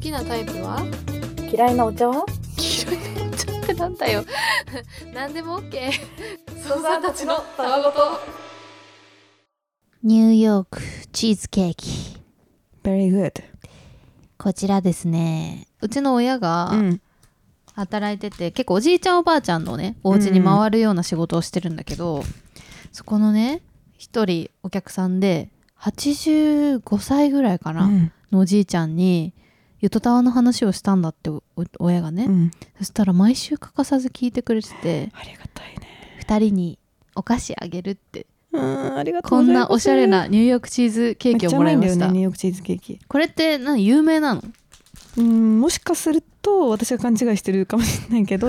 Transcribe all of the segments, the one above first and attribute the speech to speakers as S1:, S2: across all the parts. S1: きなタイプは
S2: 嫌いなお茶は
S1: 黄色い のちょっとなんだよ 何でも OK
S2: 父さんたちのたわごと
S3: ニューヨークチーズケーキ
S4: Very good
S3: こちらですねうちの親が
S4: うん
S3: 働いてて、結構おじいちゃんおばあちゃんのねお家に回るような仕事をしてるんだけど、そこのね一人お客さんで85歳ぐらいか
S4: う
S3: な、
S4: ん
S3: のおじいちゃんにゆとたわの話をしたんだっておお親がね、
S4: うん
S3: そしたら毎週欠かさず聞いてくれてて
S4: ありがたいね
S3: 2人にお菓子あげるって
S4: うんありがとう
S3: こ
S4: ござ
S3: ん
S4: います
S3: なおしゃれなニューヨークチーズケーキをもらいま
S4: めっ
S3: し
S4: ちゃうま
S3: た、
S4: いんだよねニューヨークチーズケーキ
S3: これって何有名なの
S4: うんもしかすると私が勘違いしてるかもしれない けど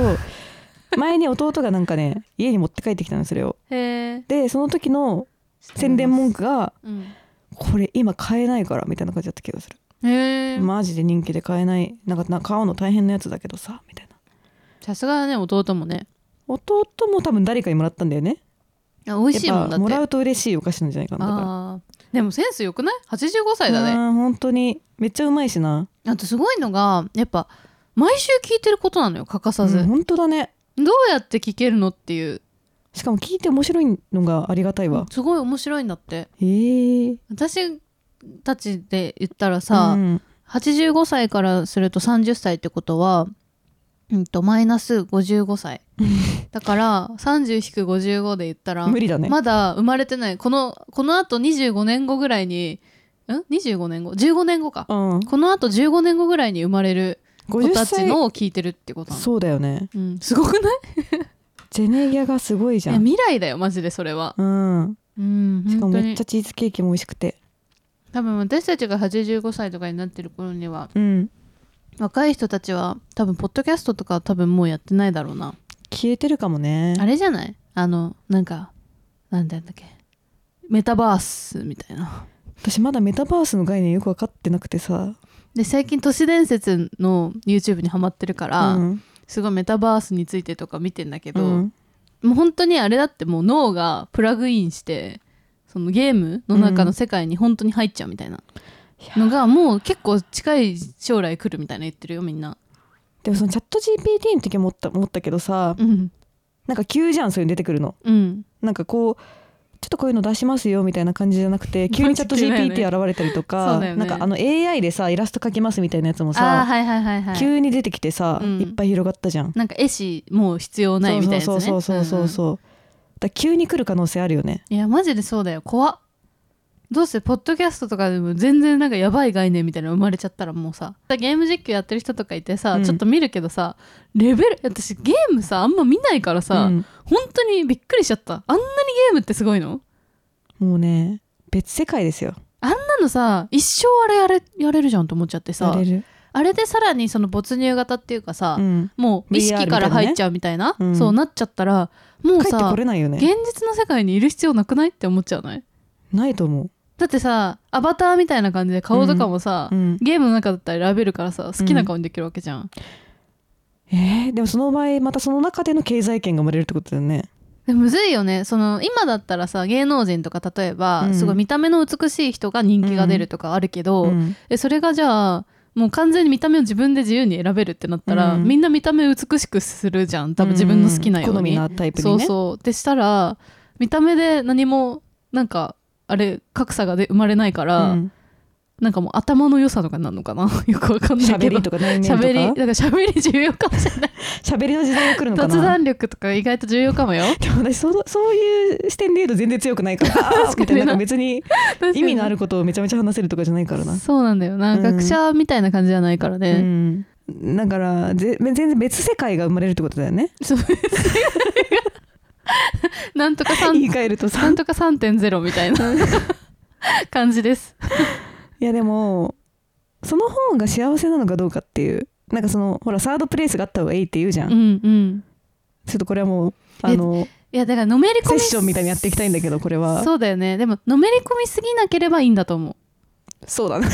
S4: 前に弟がなんかね家に持って帰ってきたのそれを
S3: へえ
S4: でその時の宣伝文句が
S3: うん
S4: 「これ今買えないから」みたいな感じだった気がする
S3: へえ
S4: マジで人気で買えないなんかな買うの大変なやつだけどさみたいな
S3: さすがだね弟もね
S4: 弟も多分誰かにもらったんだよね
S3: あ美味しいも
S4: や
S3: んだ
S4: っぱ
S3: って
S4: もらうと嬉しいお菓子なんじゃないかなだか
S3: あーでもセンスよくない85歳だ
S4: ら
S3: ね
S4: うん本当にめっちゃうまいしな
S3: あとすごいのがやっぱ毎週聞いてることなのよ欠かさず、
S4: うん本当だね
S3: どうやって聞けるのっていう
S4: しかも聞いて面白いのがありがたいわ、
S3: すごい面白いんだって
S4: へえ
S3: 私たちで言ったらさ、
S4: うん
S3: 85歳からすると30歳ってことは、うん、とマイナス55歳 だから30-55で言ったら、
S4: 無理だね、
S3: まだ生まれてないこのこのあと25年後ぐらいにん25年後15年後か、
S4: うん、
S3: このあと15年後ぐらいに生まれる子
S4: 50
S3: たち
S4: 歳
S3: のを聞いてるってことなの
S4: そうだよね
S3: う、ん、すごくない
S4: ジェネギャがすごいじ
S3: い
S4: ゃ
S3: や
S4: ん
S3: 未来だよマジでそれは
S4: うん
S3: うん
S4: しかも
S3: 本当
S4: め
S3: に
S4: っちゃチーズケーキも美味しくて
S3: 多分私たちが85歳とかになってる頃には
S4: うん
S3: 若い人たちは多分ポッドキャストとかは多分もうやってないだろうな
S4: 消えてるかもね
S3: あれじゃないあのなんかなんて言うんだっけメタバースみたいな
S4: 私まだメタバースの概念よく分かってなくてさ
S3: で最近都市伝説の YouTube にハマってるから、
S4: うん
S3: すごいメタバースについてとか見てんだけど、
S4: うん
S3: もう本当にあれだってもう脳がプラグインしてそのゲームの中の世界に本当に入っちゃうみたいない
S4: や
S3: のがもう結構近い将来来るみたいな言ってるよみんな、
S4: でもそのチャット GPT の時も思った思ったけどさ
S3: うん
S4: なんか急じゃんそういうの出てくるの
S3: うん、
S4: なんかこうちょっとこういうの出しますよみたいな感じじゃなく て急にチャット
S3: マジで
S4: GPT
S3: ね
S4: 現れたりと
S3: そ
S4: か、
S3: うだよね
S4: なんかあの AI でさイラスト描きますみたいなやつ
S3: あ
S4: も
S3: あー
S4: さ、
S3: はいはいはいはい
S4: 急に出てきてさ、
S3: うん
S4: いっぱい広がったじゃん
S3: なんか絵師もう必要ないみたいなやつね
S4: そうそうそうそうそうそう、だから急に来る可能性あるよね
S3: うんうんいやマジでそうだよ怖っどうせポッドキャストとかでも全然なんかやばい概念みたいなの生まれちゃったらもうさゲーム実況やってる人とかいてさ、
S4: うん
S3: ちょっと見るけどさレベル私ゲームさあんま見ないからさ、
S4: うん
S3: 本当にびっくりしちゃったあんなにゲームってすごいの
S4: もうね別世界ですよ
S3: あんなのさ一生あれやれやれるじゃんと思っちゃってさ
S4: やれる
S3: あれでさらにその没入型っていうかさ、
S4: うん
S3: もう意
S4: VR
S3: 識から入っちゃうみたいな
S4: みたいなねうん
S3: そうなっちゃったらもう
S4: 帰って
S3: さ
S4: これないよ
S3: 現
S4: ね
S3: 実の世界にいる必要なくないって思っちゃうない
S4: ないと思
S3: だってさアバターみたいな感じで顔とかもさ、
S4: う、うん、
S3: ゲームの中だったら選べるからさ好きな顔にできるわけじゃん、
S4: えーでもその場合またその中での経済圏が生まれるってことだよね
S3: でむずいよねその今だったらさ芸能人とか例えば、
S4: うん
S3: すごい見た目の美しい人が人気が出るとかあるけど、
S4: うん
S3: えそれがじゃあもう完全に見た目を自分で自由に選べるってなったら、
S4: うん
S3: みんな見た目美しくするじゃん多分自分の好きなように、
S4: 好みなタイプに
S3: そ
S4: ね
S3: うそうでしたら見た目で何もなんかあれ格差がで生まれないから、
S4: うん
S3: なんかもう頭の良さとかになるのかな よくわかんない
S4: 喋
S3: けど
S4: りとか内面とか
S3: 喋りだから喋り重要かもしれない
S4: 喋りの時代が来るのか
S3: 雑
S4: な
S3: 談力とか意外と重要かもよ
S4: でも私そのそういう視点で言うと全然強くないから 確
S3: かにな
S4: なんか別に 意味のあることをめちゃめちゃ話せるとかじゃないからな、
S3: そうなんだよな、
S4: うん
S3: 学者みたいな感じじゃないからね、
S4: うん、だからぜ全然別世界が生まれるってことだよね
S3: そうなんとかさん
S4: 言い換えると
S3: な
S4: さ
S3: んとか3.0みた いな感じです。
S4: いやでもその方が幸せなのかどうかっていうなんかそのほらサードプレイスがあった方がいいって言うじゃん、
S3: うんうん。
S4: ちょっとこれはもうあの
S3: いやだからのめり込
S4: セッ
S3: み
S4: ションみたいにやっていきたいんだけどこれは
S3: そうだよね。でものめり込みすぎなければいいんだと思う。
S4: そうだね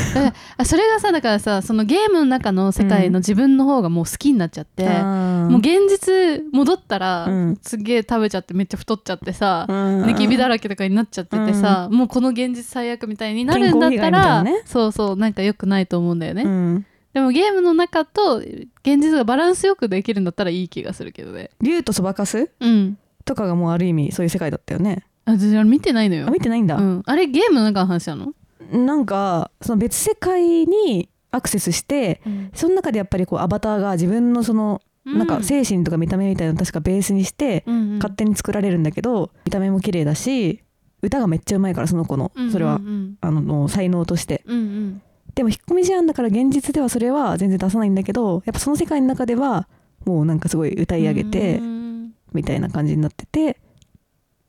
S3: あそれがさだからさそのゲームの中の世界の自分の方がもう好きになっちゃって、もう現実戻ったら、
S4: うん
S3: すげえ食べちゃってめっちゃ太っちゃってさ、
S4: ニ
S3: ニキビだらけとかになっちゃっててさ、もうこの現実最悪みたいになるんだった
S4: 健康被害みたい
S3: ら、
S4: なね
S3: そうそうなんか良くないと思うんだよね。
S4: うん
S3: でもゲームの中と現実がバランスよくできるんだったらいい気がするけどね
S4: 竜とそばかす
S3: うん
S4: とかがもうある意味そういう世界だったよね
S3: あ私あれ見てないのよ
S4: あ見てないんだ、
S3: うん、あれゲームの中の話なの
S4: なんかその別世界にアクセスしてその中でやっぱりこうアバターが自分のそのなんか精神とか見た目みたいなのを確かベースにして
S3: うんうん
S4: 勝手に作られるんだけど見た目も綺麗だし歌がめっちゃうまいからその子のそれ
S3: う
S4: は
S3: んうん
S4: あの才能として
S3: うんうん
S4: でも引っ込み思案だから現実ではそれは全然出さないんだけどやっぱその世界の中ではもうなんかすごい歌い上げて
S3: うん
S4: みたいな感じになってて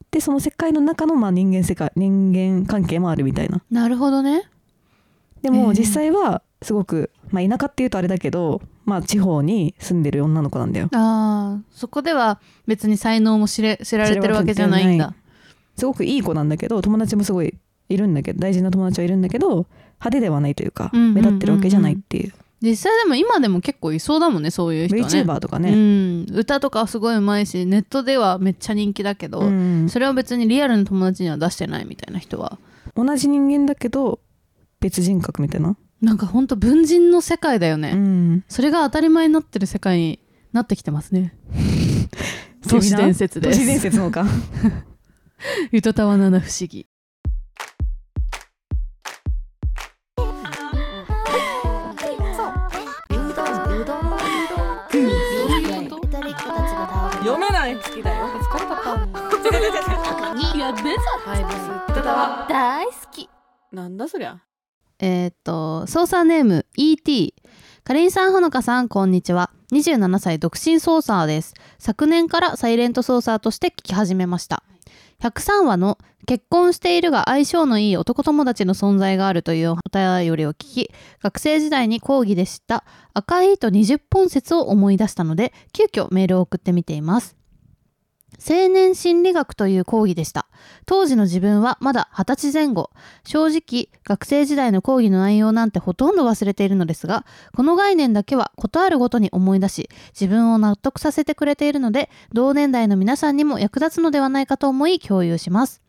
S4: でその世界の中のまあ人間世界人間関係もあるみたいな
S3: なるほどねえ
S4: でも
S3: ー
S4: 実際はすごく、まあ、田舎っていうとあれだけど、まあ、地方に住んでる女の子なんだよ
S3: あーそこでは別に才能も知れ知られてるわけじゃないんだ
S4: すごくいい子なんだけど友達もすごいいるんだけど大事な友達はいるんだけど派手ではないというか、
S3: うんうんうんうん
S4: 目立ってるわけじゃないっていう、
S3: 実際でも今でも結構いそうだもんねそういう人ね
S4: VTuber とかね、
S3: うん、歌とかはすごいうまいしネットではめっちゃ人気だけど、
S4: うん
S3: それを別にリアルの友達には出してないみたいな人は
S4: 同じ人間だけど別人格みたいな、
S3: なんかほんと文人の世界だよね、
S4: うん
S3: それが当たり前になってる世界になってきてますね都市伝説です
S4: 都市伝説のか
S3: ゆとたわ七不思議
S5: 読めない好きだよ
S1: 大好き
S5: なんだそりゃ
S3: えーっと操作ネーム ET かりんさんほのかさんこんにちは27歳独身操作です昨年からサイレント操作として聞き始めました103話の結婚しているが相性のいい男友達の存在があるというお便りを聞き学生時代に講義で知った赤い糸20本説を思い出したので急遽メールを送ってみています青年心理学という講義でした当時の自分はまだ20歳前後正直学生時代の講義の内容なんてほとんど忘れているのですがこの概念だけはことあるごとに思い出し自分を納得させてくれているので同年代の皆さんにも役立つのではないかと思い共有します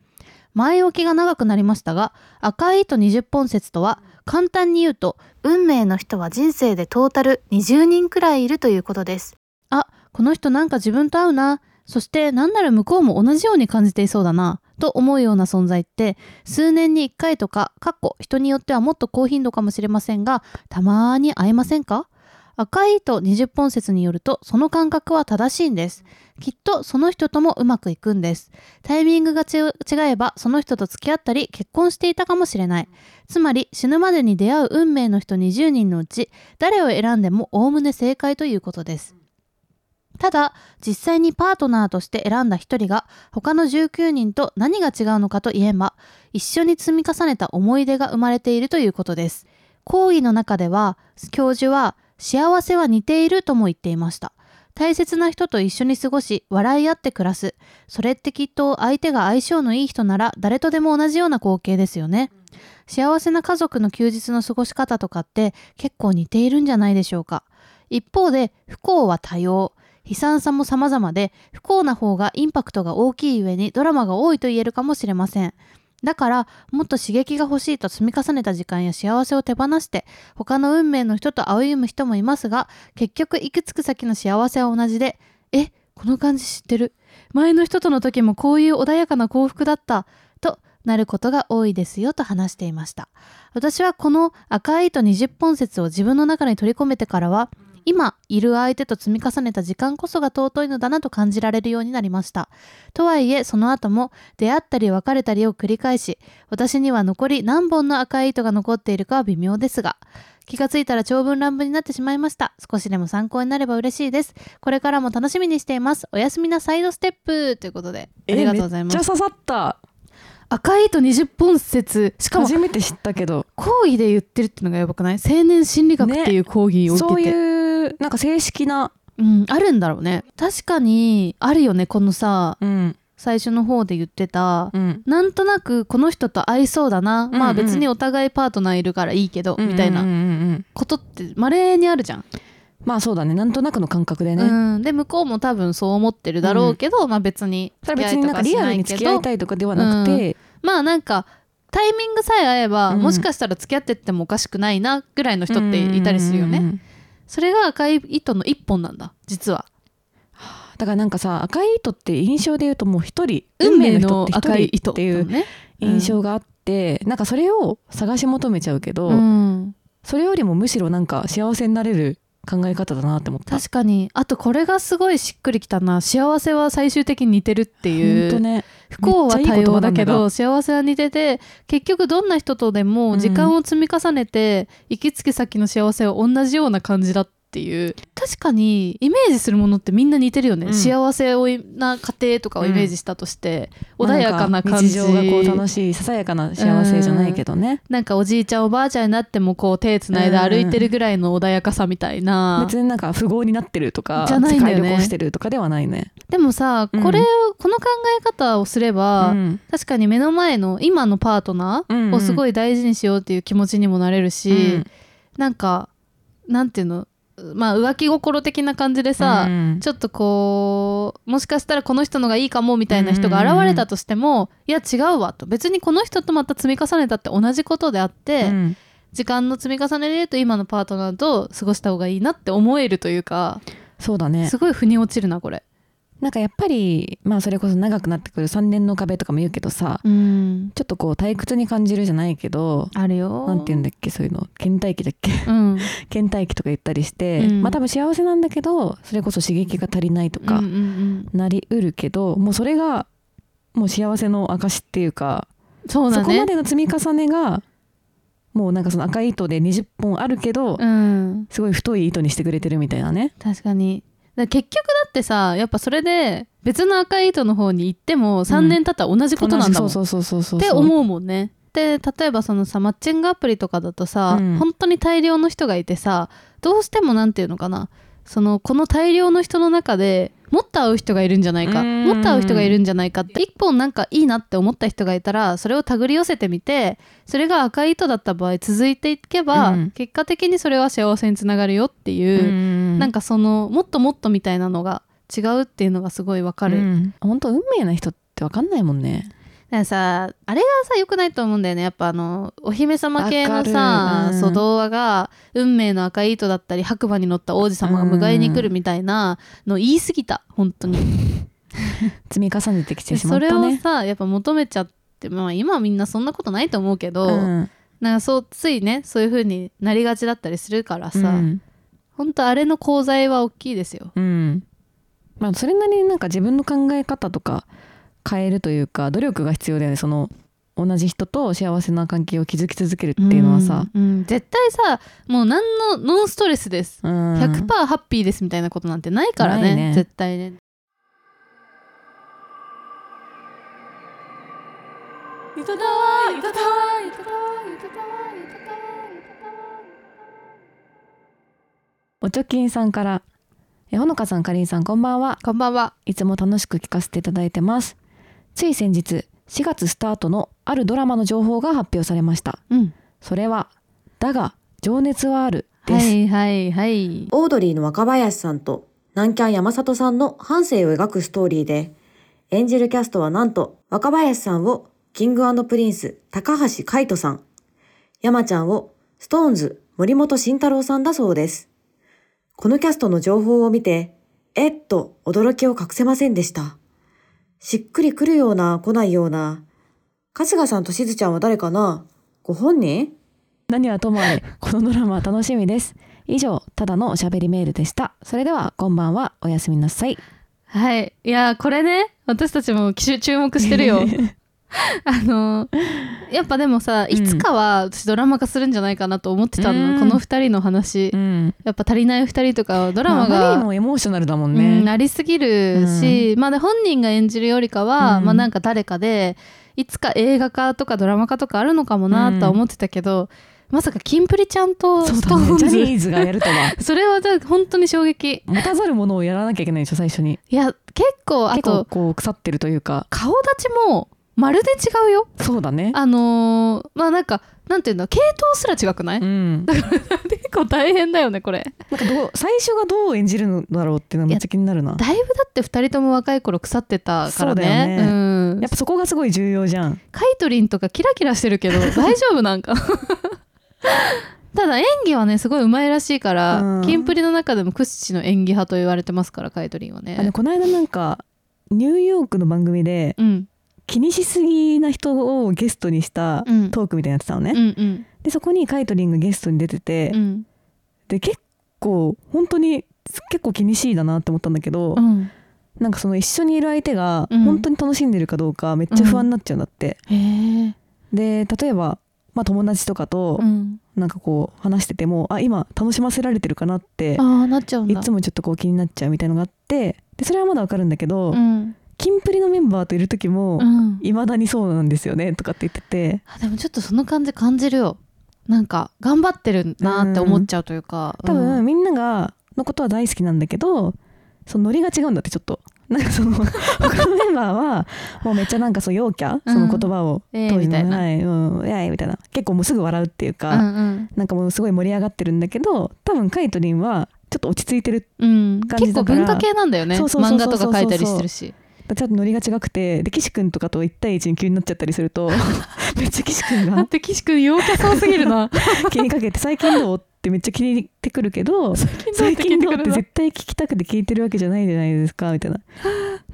S3: 前置きが長くなりましたが赤い糸20本説とは簡単に言うと運命の人は人生でトータル20人くらいいるということですあこの人なんか自分と合うなそして何なら向こうも同じように感じていそうだなと思うような存在って数年に1回とか、かっこ人によってはもっと高頻度かもしれませんが、たまーに会えませんか赤い糸20本説によると、その感覚は正しいんです。きっとその人ともうまくいくんです。タイミングがち違えば、その人と付き合ったり、結婚していたかもしれない。つまり、死ぬまでに出会う運命の人20人のうち、誰を選んでも概ね正解ということです。ただ、実際にパートナーとして選んだ1人が、他の19人と何が違うのかといえば、一緒に積み重ねた思い出が生まれているということです。講義の中では教授は幸せは似ているとも言っていました。大切な人と一緒に過ごし笑い合って暮らす。それってきっと相手が相性のいい人なら誰とでも同じような光景ですよね。幸せな家族の休日の過ごし方とかって結構似ているんじゃないでしょうか。一方で不幸は多様。悲惨さも様々で不幸な方がインパクトが大きい上にドラマが多いと言えるかもしれません。だからもっと刺激が欲しいと積み重ねた時間や幸せを手放して他の運命の人と歩む人もいますが結局行き着く先の幸せは同じでえこの感じ知ってる前の人との時もこういう穏やかな幸福だったとなることが多いですよと話していました私はこの赤い糸20本説を自分の中に取り込めてからは今いる相手と積み重ねた時間こそが尊いのだなと感じられるようになりましたとはいえその後も出会ったり別れたりを繰り返し私には残り何本の赤い糸が残っているかは微妙ですが気がついたら長文乱文になってしまいました少しでも参考になれば嬉しいですこれからも楽しみにしていますおやすみなサイドステップということであ
S4: え
S3: りがとうございます、
S4: めっちゃ刺さった
S3: 赤い糸20本説しかも
S4: 初めて知ったけど
S3: 講義で言ってるってのがやばくない青年心理学っていう講義を受けて、
S4: そういうなんか正式な、
S3: うん、あるんだろうね確かにあるよねこのさ
S4: うん
S3: 最初の方で言ってた、
S4: うん、
S3: なんとなくこの人と合いそうだな、
S4: んうん
S3: まあ別にお互いパートナーいるからいいけど、みたい
S4: うん
S3: な
S4: うんうんうん
S3: ことって稀にあるじゃん、
S4: まあそうだねなんとなくの感覚でね、
S3: うん、で向こうも多分そう思ってるだろうけど、まあ別に
S4: それは別になんかリアルに付き合い
S3: い
S4: たいとかではなくて、
S3: まあなんかタイミングさえ合えば、
S4: うん
S3: もしかしたら付き合ってってもおかしくないなぐらいの人っていたりするよね、
S4: うんうんうんうん
S3: それが赤い糸の一本なんだ実は
S4: だからなんかさ赤い糸って印象で言うともう一人
S3: 運命の
S4: 人って
S3: 赤い
S4: 一人
S3: 糸
S4: っていう
S3: ね
S4: 印象があって、なんかそれを探し求めちゃうけど、
S3: うん、
S4: それよりもむしろなんか幸せになれる考え方だなって思った。
S3: 確かにあとこれがすごいしっくりきたな幸せは最終的に似てるっていう
S4: ほんとね
S3: 不幸は
S4: めっちゃい
S3: 多
S4: い言
S3: 様
S4: 葉な
S3: だ
S4: ん
S3: け
S4: だが
S3: ど幸せは似てて結局どんな人とでも時間を積み重ねて、行きつけ先の幸せは同じような感じだっていう確かにイメージするものってみんな似てるよね、
S4: うん
S3: 幸せをいな家庭とかをイメージしたとして、
S4: まあ
S3: 穏やかな感じ
S4: んか日常がこう楽しいささやかな幸せじゃないけどね、
S3: なんかおじいちゃんおばあちゃんになってもこう手つないで歩いてるぐらいの穏やかさみたいな、
S4: 別になんか富豪になってるとか
S3: じゃないん
S4: 世
S3: だよ
S4: 界
S3: ね
S4: 旅行してるとかではないね。
S3: でもさ
S4: うん
S3: これを、この考え方をすれば、
S4: うん
S3: 確かに目の前の今のパートナーをすごい大事にしようっていう気持ちにもなれるし、
S4: うん
S3: なんかなんていうのまあ浮気心的な感じでさ、
S4: うん
S3: ちょっとこうもしかしたらこの人のがいいかもみたいな人が現れたとしても、いや違うわと別にこの人とまた積み重ねたって同じことであって、
S4: うん
S3: 時間の積み重ねで言うと今のパートナーと過ごした方がいいなって思えるというか
S4: そうだね
S3: すごい腑に落ちるなこれ。
S4: なんかやっぱりまあそれこそ長くなってくる3年の壁とかも言うけどさ
S3: うん、
S4: ちょっとこう退屈に感じるじゃないけど
S3: あるよ。
S4: なんて言うんだっけそういうの倦怠期だっけ
S3: うん
S4: 倦怠期とか言ったりして、
S3: うん
S4: まあ多分幸せなんだけどそれこそ刺激が足りないとか
S3: うんうんうん
S4: なりうるけど、もうそれがもう幸せの証っていうか
S3: そうだ
S4: そ
S3: ね
S4: こまでの積み重ねがもうなんかその赤い糸で20本あるけど、
S3: うん
S4: すごい太い糸にしてくれてるみたいなね。
S3: 確かにだから結局だってさやっぱそれで別の赤い糸の方に行っても3年経ったら同じことなんだもん、
S4: そうそうそうそうそう
S3: って思うもんねで例えばそのさマッチングアプリとかだとさ、
S4: うん
S3: 本当に大量の人がいてさどうしてもなんていうのかなそのこの大量の人の中でもっと会う人がいるんじゃないか
S4: うん
S3: もっと会う人がいるんじゃないかって一本なんかいいなって思った人がいたらそれを手繰り寄せてみてそれが赤い糸だった場合続いていけば、
S4: うん
S3: 結果的にそれは幸せにつながるよって
S4: う
S3: いう、
S4: ん
S3: なんかそのもっともっとみたいなのが違うっていうのがすごいわかる。
S4: うん本当運命な人ってわかんないもんね
S3: なんかさあれがさ良くないと思うんだよねやっぱあのお姫様系の
S4: わ
S3: さ
S4: か、るうん
S3: そう童話が運命の赤い糸だったり白馬に乗った王子様が迎えに来るみたいなの言い過ぎた本当に、
S4: 積み重ねてきて
S3: で
S4: しま
S3: そ
S4: っ
S3: れ
S4: た
S3: を
S4: ね
S3: さやっぱ求めちゃって、まあ、今はみんなそんなことないと思うけど、
S4: うん
S3: なんかそうついねそういう風になりがちだったりするからさ、
S4: うん
S3: 本当あれの功罪は大きいですよ。
S4: うんまあ、それなりになんか自分の考え方とか変えるというか努力が必要だよねその同じ人と幸せな関係を築き続けるっていうのはさ、
S3: うん、うん絶対さもう何のノンストレスです
S4: うん
S3: 100%ハッピーですみたいなことなんてないから
S4: な
S3: ね
S4: いね
S3: 絶対ね
S5: いただーいただーい
S4: おちょきんさんからえほのかさんかりんさんこんばんは
S3: こんばんは。
S4: いつも楽しく聞かせていただいてますつい先日4月スタートのあるドラマの情報が発表されました
S3: うん。
S4: それはだが情熱はあるで
S3: は
S4: す、
S3: いはいはい。
S6: オードリーの若林さんと南キャン山里さんの半生を描くストーリーで、演じるキャストはなんと若林さんをキングプリンス高橋海人さん、山ちゃんをストーンズ森本慎太郎さんだそうです。このキャストの情報を見て、えっと驚きを隠せませんでした。しっくりくるような来ないような、春日さんとしずちゃんは誰かなご本人
S4: 何はともあれこのドラマは楽しみです以上ただのおしゃべりメールでしたそれではこんばんはおやすみなさい
S3: はい。いやー、これね、私たちも注注目してる よ。あのーやっぱでもさ、いつかは私ドラマ化するんじゃないかなと思ってたの、
S4: うん
S3: この2人の話、
S4: ん
S3: やっぱ足りない2人とかはド
S4: ドラ
S3: ラ
S4: マ
S3: マ
S4: が、
S3: が、
S4: もエモーショナルだもん
S3: うん、
S4: ね、
S3: なりすぎるし、まあで本人が演じるよりかは、
S4: うん
S3: まあなんか誰かでいつか映画化とかドラマ化とかあるのかもなとは思ってたけど、まさかキンプリちゃんと
S4: そう
S3: スト
S4: だ
S3: ー
S4: ね
S3: ン
S4: ジャ
S3: ズ
S4: ニーズがやるとは
S3: それはだ本当に衝撃
S4: 持たざるものをやらなきゃいけないでしょ最初に
S3: いや結構あ
S4: 結構
S3: と
S4: こう腐ってるというか
S3: 顔立ちもまるで違うよ
S4: そうだね
S3: あのーまあなんかなんていうんだ系統すら違くない、
S4: うん、なんか
S3: 結構大変だよねこれ
S4: どう最初がどう演じるのだろうっていうのがめっちゃ気になるな
S3: だいぶだって2人とも若い頃腐ってたからね
S4: そうだよね
S3: うん
S4: やっぱそこがすごい重要じゃん
S3: カイトリンとかキラキラしてる けど大丈夫なんかただ演技はねすごい上手いらしいから、
S4: うん
S3: キンプリの中でも屈指の演技派と言われてますからカイトリンは
S4: あの
S3: ね
S4: この間なんかニューヨークの番組で
S3: うん
S4: 気にしすぎな人をゲストにした
S3: うん
S4: トークみたいなのやってたのね、
S3: うんうん
S4: でそこにカイトリンがゲストに出てて、
S3: うん
S4: で結構本当に結構気にしいだなって思ったんだけど、
S3: うん
S4: なんかその一緒にいる相手が
S3: うん
S4: 本当に楽しんでるかどうかめっちゃ不安になっちゃうんだって、
S3: へえ
S4: で例えば、まあ、友達とかと
S3: うん
S4: なんかこう話してても、あ今楽しませられてるかなって
S3: ああなっちゃうん
S4: い
S3: だ
S4: つもちょっとこう気になっちゃうみたいのがあってでそれはまだわかるんだけど、
S3: うん
S4: キンプリのメンバーといる時
S3: う
S4: も
S3: ん
S4: いま、未だにそうなんですよねとかって言ってて
S3: あでもちょっとその感じ感じるよなんか頑張ってるなーって思っちゃうというか、
S4: 多
S3: うん
S4: 分みんながのことは大好きなんだけどそのノリが違うんだってちょっと。なんか その他のメンバーはもうめっちゃなんかそう陽キャその言葉を
S3: ええ
S4: 当時
S3: みたい
S4: の、
S3: な
S4: はいうん、ええみたいな結構もうすぐ笑うっていう
S3: う
S4: か、
S3: ん
S4: なんかもうすごい盛り上がってるんだけど多分カイトリンはちょっと落ち着いてる
S3: うんうん、
S4: 感
S3: 結
S4: じ
S3: 構
S4: だか
S3: 文
S4: ら
S3: 化系なんだよね
S4: そうそうそ
S3: 漫
S4: うそう
S3: 画とか描いたりしてるし
S4: ちょっとノリが違くてで岸君とかと1対1に急になっちゃったりする とめっちゃ岸君
S3: だっ
S4: が
S3: て岸君陽キャそうすぎる な
S4: 気にかけて「最近どう?」ってめっちゃ気にてくるけど「最近どう?」って絶対聞きたくて聞いてるわけじゃないじゃないですかみ たいな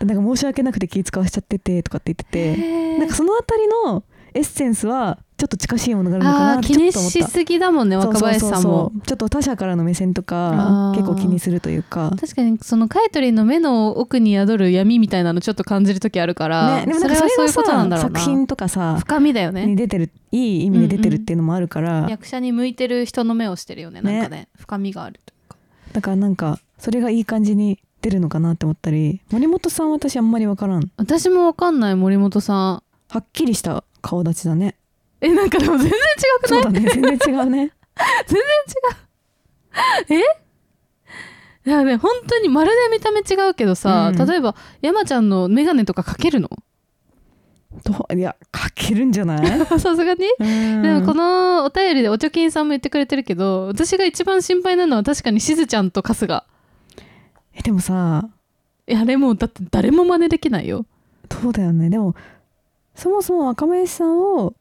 S4: なんか申し訳なくて気使わしちゃっててとかって言っててなんかそのあたりのエッセンスはちょっと近しいものがあるのか
S3: あ
S4: な
S3: あ
S4: って
S3: 気
S4: ちょっ
S3: に
S4: と思っ。
S3: したすぎだもんね若林さんも
S4: そうそうそうちょっと他者からの目線とか
S3: あー
S4: 結構気にするというか
S3: 確かにそのカイトリンの目の奥に宿る闇みたいなのちょっと感じる時あるから、
S4: ね、でも
S3: そ
S4: なん
S3: れ
S4: か
S3: は
S4: それ
S3: そういう
S4: が
S3: ことなんだ
S4: さ
S3: ろうな
S4: 作品とかさ
S3: 深みだよね
S4: に出てるいい意味で出てるっていうのもあるから、
S3: 役者に向いてる人の目をしてるよねなんかね深みがあるというか
S4: だからなんかそれがいい感じに出るのかなって思ったり森本さんは私あんまり分からん
S3: 私もわかんない森本さん
S4: はっきりした顔立ちだね
S3: えなんかでも全然違く
S4: そ
S3: な
S4: う
S3: い
S4: だね全然違うね
S3: いやね本当にまるで見た目違うけどさ、
S4: うん
S3: 例えば山ちゃんの眼鏡とかかけるの
S4: といやかけるんじゃない
S3: さすがに
S4: うん
S3: でもこのお便りでおちょきんさんも言ってくれてるけど私が一番心配なのは確かにしずちゃんと春日
S4: えでもさ
S3: いやあれもうだって誰も真似できないよ
S4: そうだよねでもそもそも若林さんを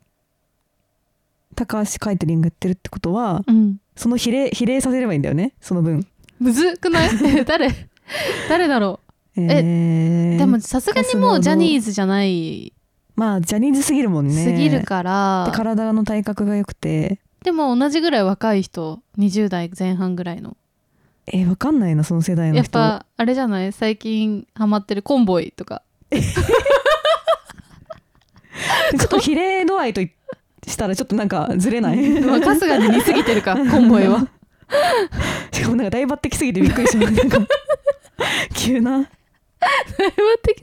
S4: 高橋海人リンがやってるってことは
S3: うん
S4: その比例比例させればいいんだよねその分
S3: むずく ないえ誰誰だろう
S4: えー
S3: でもさすがにもうジャニーズじゃない
S4: まあジャニーズすぎるもんね
S3: すぎるか
S4: で
S3: ら
S4: 体の体格が良くて
S3: でも同じぐらい若い人20代前半ぐらいの
S4: えー、わかんないなその世代の
S3: やっ
S4: 人
S3: ぱあれじゃない最近ハマってるコンボイとか
S4: ちょっと比例度合いといしたらちょっとなんかずれない
S3: まあ春日に似すぎてる かコンボイは
S4: しかもなんか大抜擢すぎてびっくり しましたなんか急な
S3: 大抜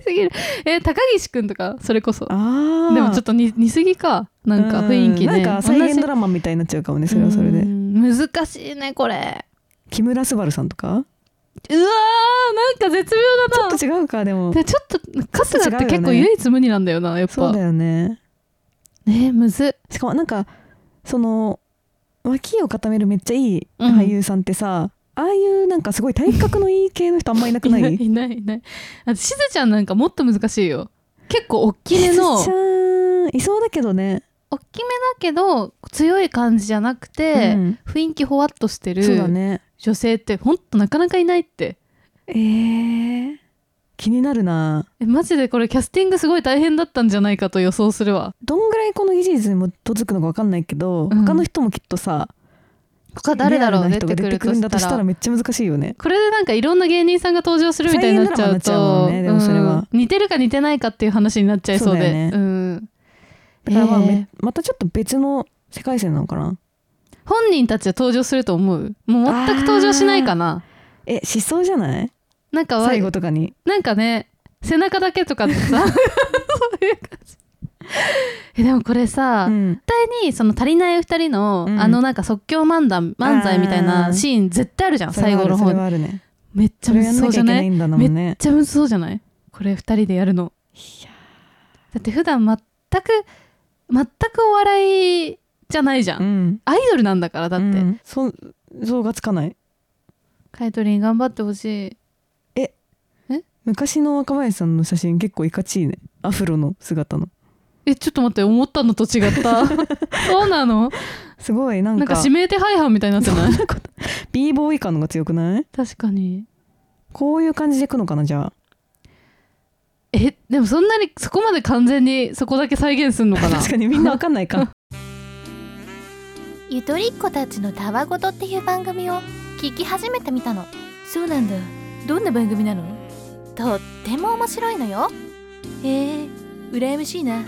S3: 擢すぎるえ高岸くんとかそれこそ
S4: ああ
S3: でもちょっと似似すぎかなんか雰囲気ね
S4: なんか再現ド
S3: ラ
S4: ラマみたいになっちゃうかもねそれはそれで
S3: 難しいねこれ
S4: 木村昴さんとか
S3: うわーなんか絶妙
S4: ちょ
S3: だ
S4: っ
S3: な
S4: と違うかでも
S3: でちょっと春日って
S4: ちょ
S3: 結構
S4: っと違うよね
S3: 唯一無二なんだよなやっ
S4: そう
S3: ぱ
S4: だよね
S3: ねむず
S4: しかもなんかその脇を固めるめっちゃいい
S3: うん
S4: 俳優さんってさ、ああいうなんかすごい体格のいい系の人あんまいなく
S3: い
S4: な
S3: ないいいないいないあとしずちゃんなんかもっと難しいよ結構おっきめの
S4: しずちゃんいそうだけどね、
S3: おっきめだけど強い感じじゃなくて、
S4: うん
S3: 雰囲気ほわっとして
S4: そうだ
S3: る
S4: ね
S3: 女性ってほんとなかなかいないって
S4: えー、気になるな
S3: えマジでこれキャスティングすごい大変だったんじゃないかと予想するわ
S4: どんぐらいこの技術に基づくのか分かんないけど、
S3: うん
S4: 他の人もきっとさ
S3: 他誰だろう
S4: リア
S3: 出
S4: ルな人
S3: てく
S4: が出
S3: る
S4: てく
S3: と
S4: る
S3: し
S4: ん
S3: た
S4: だとしたら
S3: ら
S4: めっちゃ難しいよね
S3: これでなんかいろんな芸人さんが登場するみたいになっちゃう
S4: 再現ドラ
S3: と
S4: マになっちゃうもんねでもそれは
S3: うん似てるか似てないかっていう話になっちゃいそうで
S4: そうだよね
S3: ん、
S4: だからまあ、
S3: えー
S4: めまたちょっと別の世界線なのかな
S3: 本人たちは登場すると思うもう全く登場しないかな
S4: えしそうじゃない
S3: なんかわ
S4: 最後とかに
S3: なんかね背中だけとかって さそういう感じえでもこれさ、
S4: うん
S3: 絶対にその足りない2人の、
S4: うん
S3: あのなんか即興漫談漫才みたい
S4: あ
S3: な
S4: ー
S3: シーン絶対あるじゃん
S4: それ
S3: 最
S4: はあ
S3: 後
S4: る
S3: の
S4: そ
S3: 方
S4: れは
S3: に
S4: あるね
S3: めっちゃ
S4: それ
S3: む
S4: や
S3: ず
S4: ん
S3: そ
S4: な
S3: う
S4: き
S3: じゃ
S4: ゃいけ
S3: な
S4: ないいんだも
S3: め
S4: ん
S3: っ
S4: ね
S3: ちゃむずそうじゃないこれ2人でやるのだって普段全く全くお笑いじゃないじゃん、
S4: うん
S3: アイドルなんだからだって、
S4: うんそ像がつかない
S3: カイトリン頑張ってほしい
S4: 昔の若林さんの写真結構いかちいねアフロの姿の
S3: えちょっと待って思ったのと違った そうなの
S4: すごいな
S3: なんん
S4: か
S3: か指名手配犯みたいになってない
S4: b ボーイ感の方が強くない
S3: 確かに
S4: こういう感じでいくのかなじゃあ
S3: えでもそんなにそこまで完全にそこだけ再現するのかな
S4: 確かにみんなわかんないか
S2: ゆとりっ子たちのたわごとっていう番組を聞き始めてみたの
S5: そうなんだどんな番組なの
S2: とっても面白いのよ
S5: へえ羨ましいな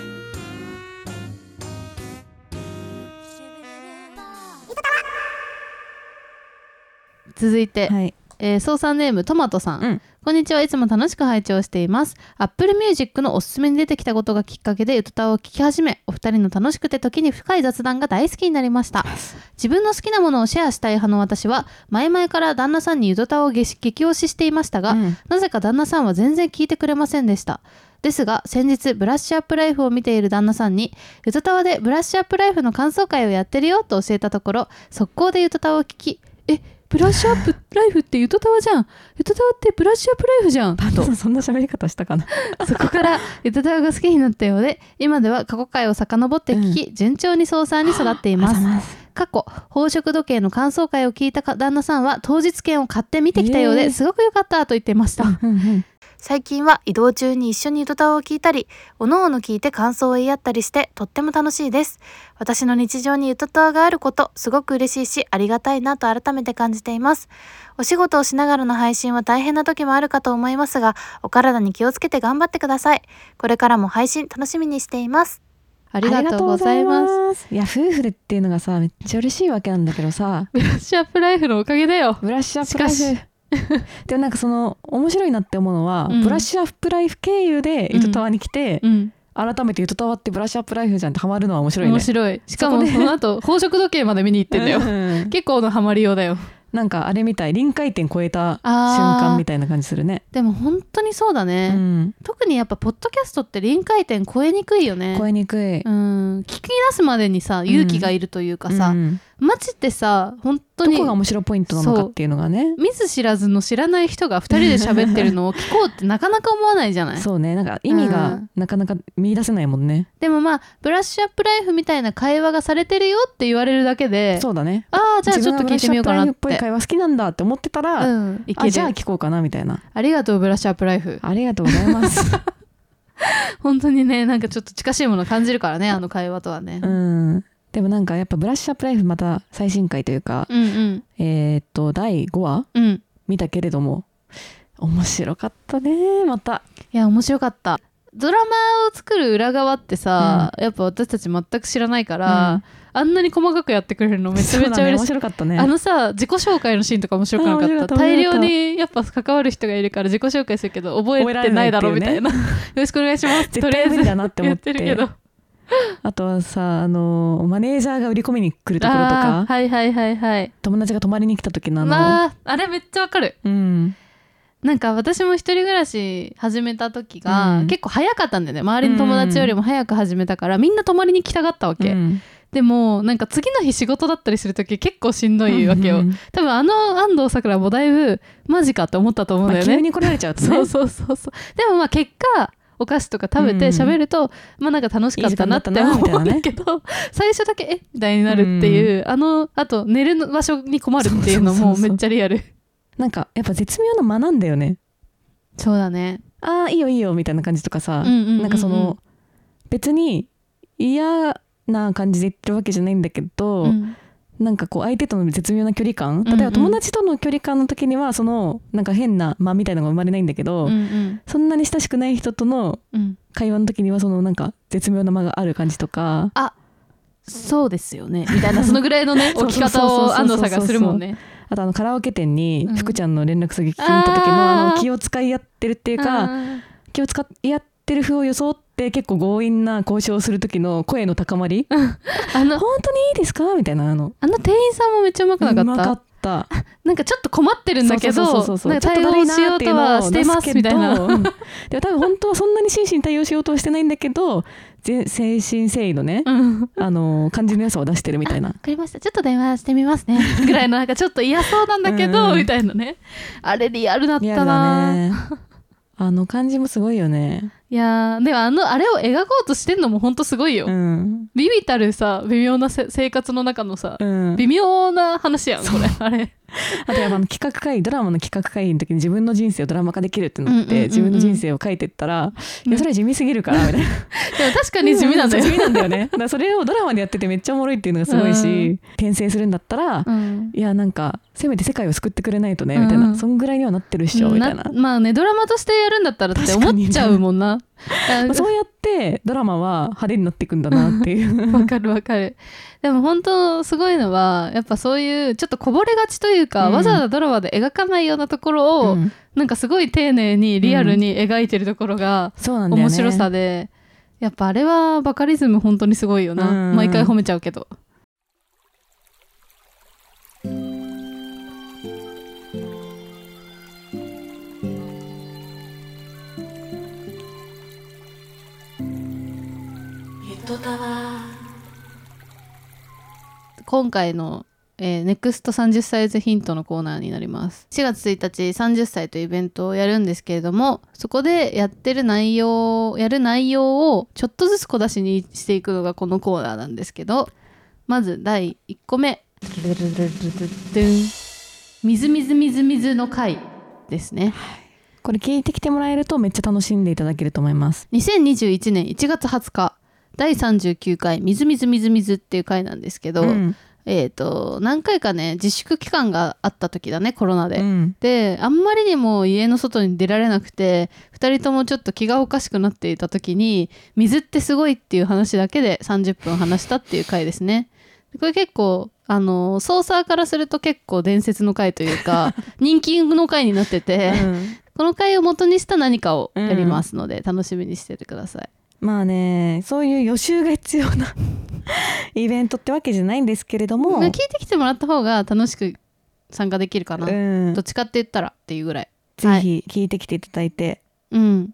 S3: 続いて、
S4: はい
S3: えー、操作ネームトマトさん、
S4: うん
S3: こんにちはいつも楽しく拝聴していますアップルミュージックのおすすめに出てきたことがきっかけでゆとたわを聞き始めお二人の楽しくて時に深い雑談が大好きになりました自分の好きなものをシェアしたい派の私は前々から旦那さんにゆとたわを激激推ししていましたが、
S4: うん
S3: なぜか旦那さんは全然聞いてくれませんでしたですが先日ブラッシュアップライフを見ている旦那さんに「ゆとたわでブラッシュアップライフの感想会をやってるよ」と教えたところ速攻でゆとたわを聞き「えブラッシュアップライフってゆとたわじゃんゆとたわってブラッシュアップライフじゃん」と
S4: そんな喋り方したかな
S3: そこからゆとたわが好きになったようで今では過去回を遡って聞き、順調に操作に育っています過去宝飾時計の感想会を聞いたか旦那さんは当日券を買って見てきたようで、
S4: えー
S3: すごく良かったと言っていました
S7: 最近は移動中に一緒に歌を聞いたりおのおの聞いて感想を言い合ったりしてとっても楽しいです私の日常に歌とがあることすごく嬉しいしありがたいなと改めて感じていますお仕事をしながらの配信は大変な時もあるかと思いますがお体に気をつけて頑張ってくださいこれからも配信楽しみにしています
S3: ありがとうございます
S4: すいや夫婦でっていうのがさめっちゃ嬉しいわけなんだけどさ
S3: ブラッシュアップライフのおかげだよ
S4: ブラッシュアップライフ
S3: し
S4: でもなんかその面白いなって思うのは、
S3: うん
S4: ブラッシュアップライフ経由で
S3: うん
S4: 糸タワーに来て、
S3: うん
S4: 改めて糸タワーってブラッシュアップライフじゃんってハマるのは面白いね
S3: 面白いしかも
S4: そこで
S3: その後宝飾時計まで見に行ってんだよ
S4: うん
S3: 結構のハマりようだよ
S4: なんかあれみたい臨界点超えた瞬
S3: あー
S4: 間みたいな感じするね、
S3: でも本当にそうだ
S4: う
S3: ね、
S4: ん、
S3: 特にやっぱポッドキャストって臨界点超えにくいよね
S4: 超えにくい、
S3: うん聞き出すまでにさ勇気がいるというかさ、
S4: うん
S3: マジってさ本当
S4: ど
S3: に
S4: こが面白いポイントなのかっていうのがね
S3: 見ず知らずの知らない人が2人で喋ってるのを聞こうってなかなか思わないじゃない
S4: そうねなんか意味
S3: う
S4: が
S3: ん
S4: なかなか見出せないもんね、
S3: でもまあブラッシュアップライフみたいな会話がされてるよって言われるだけで
S4: そうだね
S3: ああじゃあちょっと聞いてみようかなっ
S4: 自分がブラッシュアップライフっぽい
S3: て
S4: 会話好きなんだって思ってたら、
S3: うんいけ
S4: あ
S3: る
S4: じゃあ聞こうかなみたいな
S3: ありがとうブラッシュアップライフ
S4: ありがとうござい ます。
S3: 本当にねなんかちょっと近しいものを感じるからねあの会話とはね、
S4: うん。でもなんかやっぱブラッシュアップライフまた最新回というか、
S3: うん、うん
S4: えーっと第5話
S3: うん
S4: 見たけれども面白かったねまた。
S3: いや面白かったドラマを作る裏側ってさ、やっぱ私たち全く知らないから、
S4: うん
S3: あんなに細かくやってくれるのめちゃめちゃ
S4: そうだね
S3: 嬉し
S4: 面
S3: い、
S4: 白かったね。
S3: あのさ自己紹介のシーンとか面白くなか
S4: あ
S3: った
S4: 面白かった
S3: 大
S4: 面白
S3: 量
S4: かった
S3: にやっぱ関わる人がいるから自己紹介するけど覚えてないだろみたいなよろしくお願いします
S4: 絶対無理だなって思って
S3: とりあえずやってる
S4: あとはさあのマネージャーが売り込みに来る
S3: けど
S4: ところと
S3: あ
S4: か
S3: ー、はいはいはいはい
S4: 友達が泊まりに来た時のあの、
S3: まああれめっちゃわかる
S4: うん
S3: なんか私も一人暮らし始めた時が、
S4: うん
S3: 結構早かったんだよね周りの友達よりも早く始めたから、みんな泊まりに来たがったわ
S4: う
S3: け、
S4: ん
S3: でもなんか次の日仕事だったりする時結構しんどいわけよ、
S4: うん
S3: 多分あの安藤さくらもだいぶマジかって思ったと思うん
S4: ま
S3: だ
S4: あ
S3: よ
S4: 急
S3: ね、
S4: に来られちゃうとね。
S3: そうそうそうそうでもまあ結果お菓子とか食べて
S4: うん
S3: 喋ると、まあなんか楽しかったなって
S4: いい時間だ
S3: 思
S4: ったな
S3: うん
S4: み
S3: だ
S4: たいなね
S3: けど、最初だけえみたいになるっていう、あのあと寝る場所に困るっていうのもめっちゃリアル
S4: なんかやっぱ絶妙な間なんだよね。
S3: そうだね
S4: ああいいよいいよみたいな感じとかさ、
S3: うんうんうんうん
S4: なんかその別に嫌な感じで言ってるわけじゃないんだけど、
S3: うん
S4: なんかこう相手との絶妙な距離
S3: んう
S4: 感
S3: ん
S4: 例えば友達との距離感の時にはそのなんか変な間みたいなのが生まれないんだけど、
S3: うんうん
S4: そんなに親しくない人との
S3: うん
S4: 会話の時にはそのなんか絶妙な間がある感じとか
S3: そうですよねみたい なそのぐらいのね
S4: そう
S3: 置き
S4: そうそうそ
S3: 方
S4: うそう
S3: を安藤さんがするもんね
S4: あとあのカラオケ店に
S3: うん
S4: 福ちゃんの連絡先聞きに行った時のあ
S3: あー
S4: の気を使い合ってるっていう
S3: あ
S4: か
S3: ー
S4: 気を使い合ってる風を装って結構強引な交渉をする時の声の高まり
S3: あの
S4: 本当にいいですかみたいなあの
S3: あの店員さんもめっちゃうまくなかった
S4: うまかっった
S3: なんかちょっと困ってるんだけど
S4: そうそうそうそう
S3: なん
S4: ちょ
S3: か
S4: っと
S3: 対
S4: だる
S3: 応
S4: い
S3: しよ
S4: な
S3: う
S4: ってい
S3: と
S4: うのを
S3: はしてますみたいな
S4: 出すけどうんでも多分本当はそんなに真摯に対応しようとはしてないんだけど全精神誠意のね、
S3: うん
S4: あの感じの良さを出してるみたいな
S3: わかりましたちょっと電話してみます ねぐらいのなんかちょっと嫌そうなんだけど、
S4: うん
S3: みたいなねあれリアルだった
S4: リアル
S3: な、
S4: だねあの感じもすごいよね
S3: いやーでもあのあれを描こうとしてんのもほんとすごいよ、
S4: うん
S3: ビビたるさ微妙なせ生活の中のさ、
S4: うん
S3: 微妙な話やんこれあれ
S4: あとやっぱあの企画会議ドラマの企画会議の時に自分の人生をドラマ化できるってな
S3: う
S4: って、
S3: んうんうんうん
S4: 自分の人生を書いてったら、いやそれは地味すぎるからみたいな
S3: でも確かに地味なんだよ、
S4: そう地味なんだよねだからそれをドラマでやっててめっちゃおもろいっていうのがすごいし、
S3: うん
S4: 転生するんだったら、
S3: うん
S4: いやなんかせめて世界を救ってくれないとねみたいな、
S3: うん
S4: そんぐらいにはなってるっしょみたいな。
S3: まあねドラマとしてやるんだったらって思っちゃうもんなあ
S4: まあそうやってドラマは派手になっていくんだなっていう。
S3: わかるわかるでも本当すごいのはやっぱそういうちょっとこぼれがちというか、
S4: うん
S3: わざわざドラマで描かないようなところを、
S4: うん
S3: なんかすごい丁寧にリアルに描いてるところが
S4: そうなんだよね。
S3: 面白さで、やっぱあれはバカリズム本当にすごいよな、
S4: うん
S3: 毎回褒めちゃうけど今回の、えー、ネクスト30歳ズヒントのコーナーになります4月1日30歳というイベントをやるんですけれどもそこでやってる内容やる内容をちょっとずつ小出しにしていくのがこのコーナーなんですけどまず第1個目みずみずみずみずの回ですね
S4: これ聞いてきてもらえるとめっちゃ楽しんでいただけると思います。
S3: 2021年1月20日第39回「みずみずみずみず」っていう回なんですけど、
S4: うん
S3: えっ、と何回かね自粛期間があった時だねコロナで、
S4: うん
S3: であんまりにも家の外に出られなくて2人ともちょっと気がおかしくなっていた時に水ってすごいっていう話だけで30分話したっていう回ですね。これ結構あのソーサーからすると結構伝説の回という か人気の回になってて、
S4: うん
S3: この回を元にした何かをやりますので、楽しみにしててください。
S4: まあね、そういう予習が必要な イベントってわけじゃないんですけれども、
S3: 聞いてきてもらった方が楽しく参加できるかな、
S4: うん
S3: どっちかって言ったらっていうぐらい。
S4: ぜ
S3: はい
S4: ひ聞いてきていただいて、
S3: うん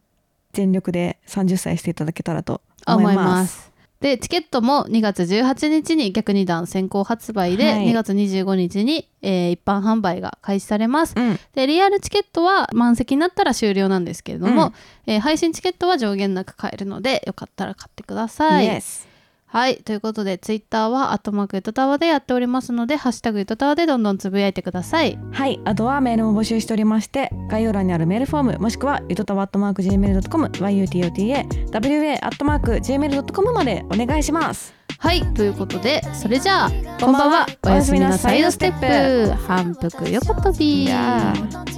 S4: 全力で30歳していただけたらと思
S3: 思
S4: い
S3: い
S4: ま
S3: ますす。でチケットも2月18日に逆二弾先行発売で、
S4: はい
S3: 2月25日に、えー一般販売が開始されます
S4: うん、
S3: でリアルチケットは満席になったら終了なんですけれども、えー配信チケットは上限なく買えるのでよかったら買ってください、
S4: Yes
S3: はいということでツイッターは「アットマークゆとたわ」でやっておりますので「ハッシュタグゆとたわ」でどんどんつぶやいてください
S4: はいあとはメールも募集しておりまして概要欄にあるメールフォームもしくはゆとたわ atmarkgmail.com yutota.wa.gmail.com までお願いします
S3: はいということでそれじゃあ
S4: こんばんは
S3: おやすみなさいのステ
S4: おやすみなさい
S3: ップ反復横跳び
S4: いや
S5: ー